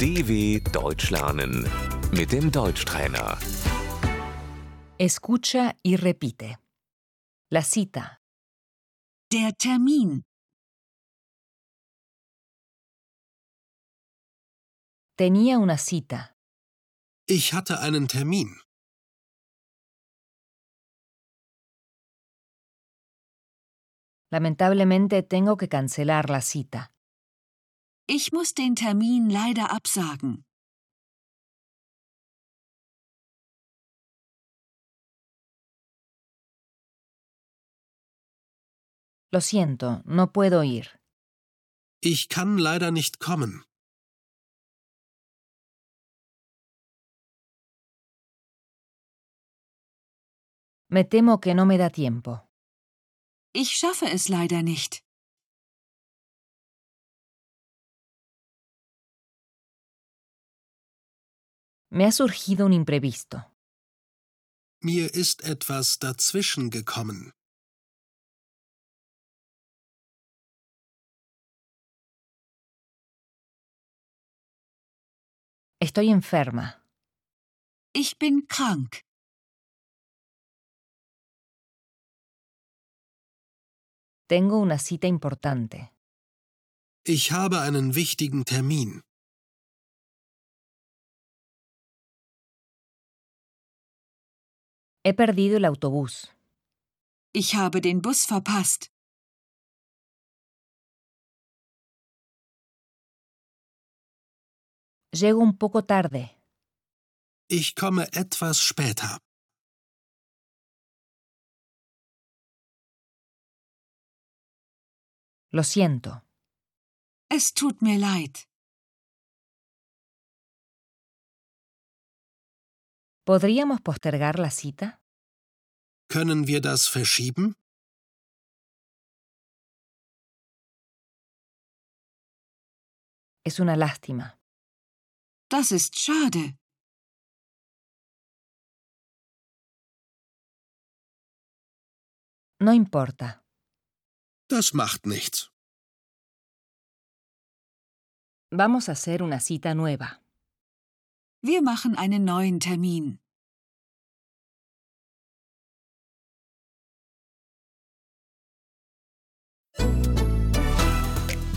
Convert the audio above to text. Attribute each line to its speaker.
Speaker 1: DW Deutsch lernen mit dem Deutschtrainer.
Speaker 2: Escucha y repite. La cita.
Speaker 3: Der Termin.
Speaker 2: Tenía una cita.
Speaker 4: Ich hatte einen Termin.
Speaker 2: Lamentablemente tengo que cancelar la cita.
Speaker 3: Ich muss den Termin leider absagen.
Speaker 2: Lo siento, no puedo ir.
Speaker 4: Ich kann leider nicht kommen.
Speaker 2: Me temo que no me da tiempo.
Speaker 3: Ich schaffe es leider nicht.
Speaker 2: Me ha surgido un imprevisto.
Speaker 4: Mir ist etwas dazwischen gekommen.
Speaker 2: Estoy enferma.
Speaker 3: Ich bin krank.
Speaker 2: Tengo una cita importante.
Speaker 4: Ich habe einen wichtigen Termin.
Speaker 2: He perdido el autobús.
Speaker 3: Ich habe den Bus verpasst.
Speaker 2: Llego un poco tarde.
Speaker 4: Ich komme etwas später.
Speaker 2: Lo siento.
Speaker 3: Es tut mir leid.
Speaker 2: ¿Podríamos postergar la cita?
Speaker 4: Können wir das verschieben?
Speaker 2: Es una lástima.
Speaker 3: Das ist schade.
Speaker 2: No importa.
Speaker 4: Das macht nichts.
Speaker 2: Vamos a hacer una cita nueva.
Speaker 3: Wir machen einen neuen Termin.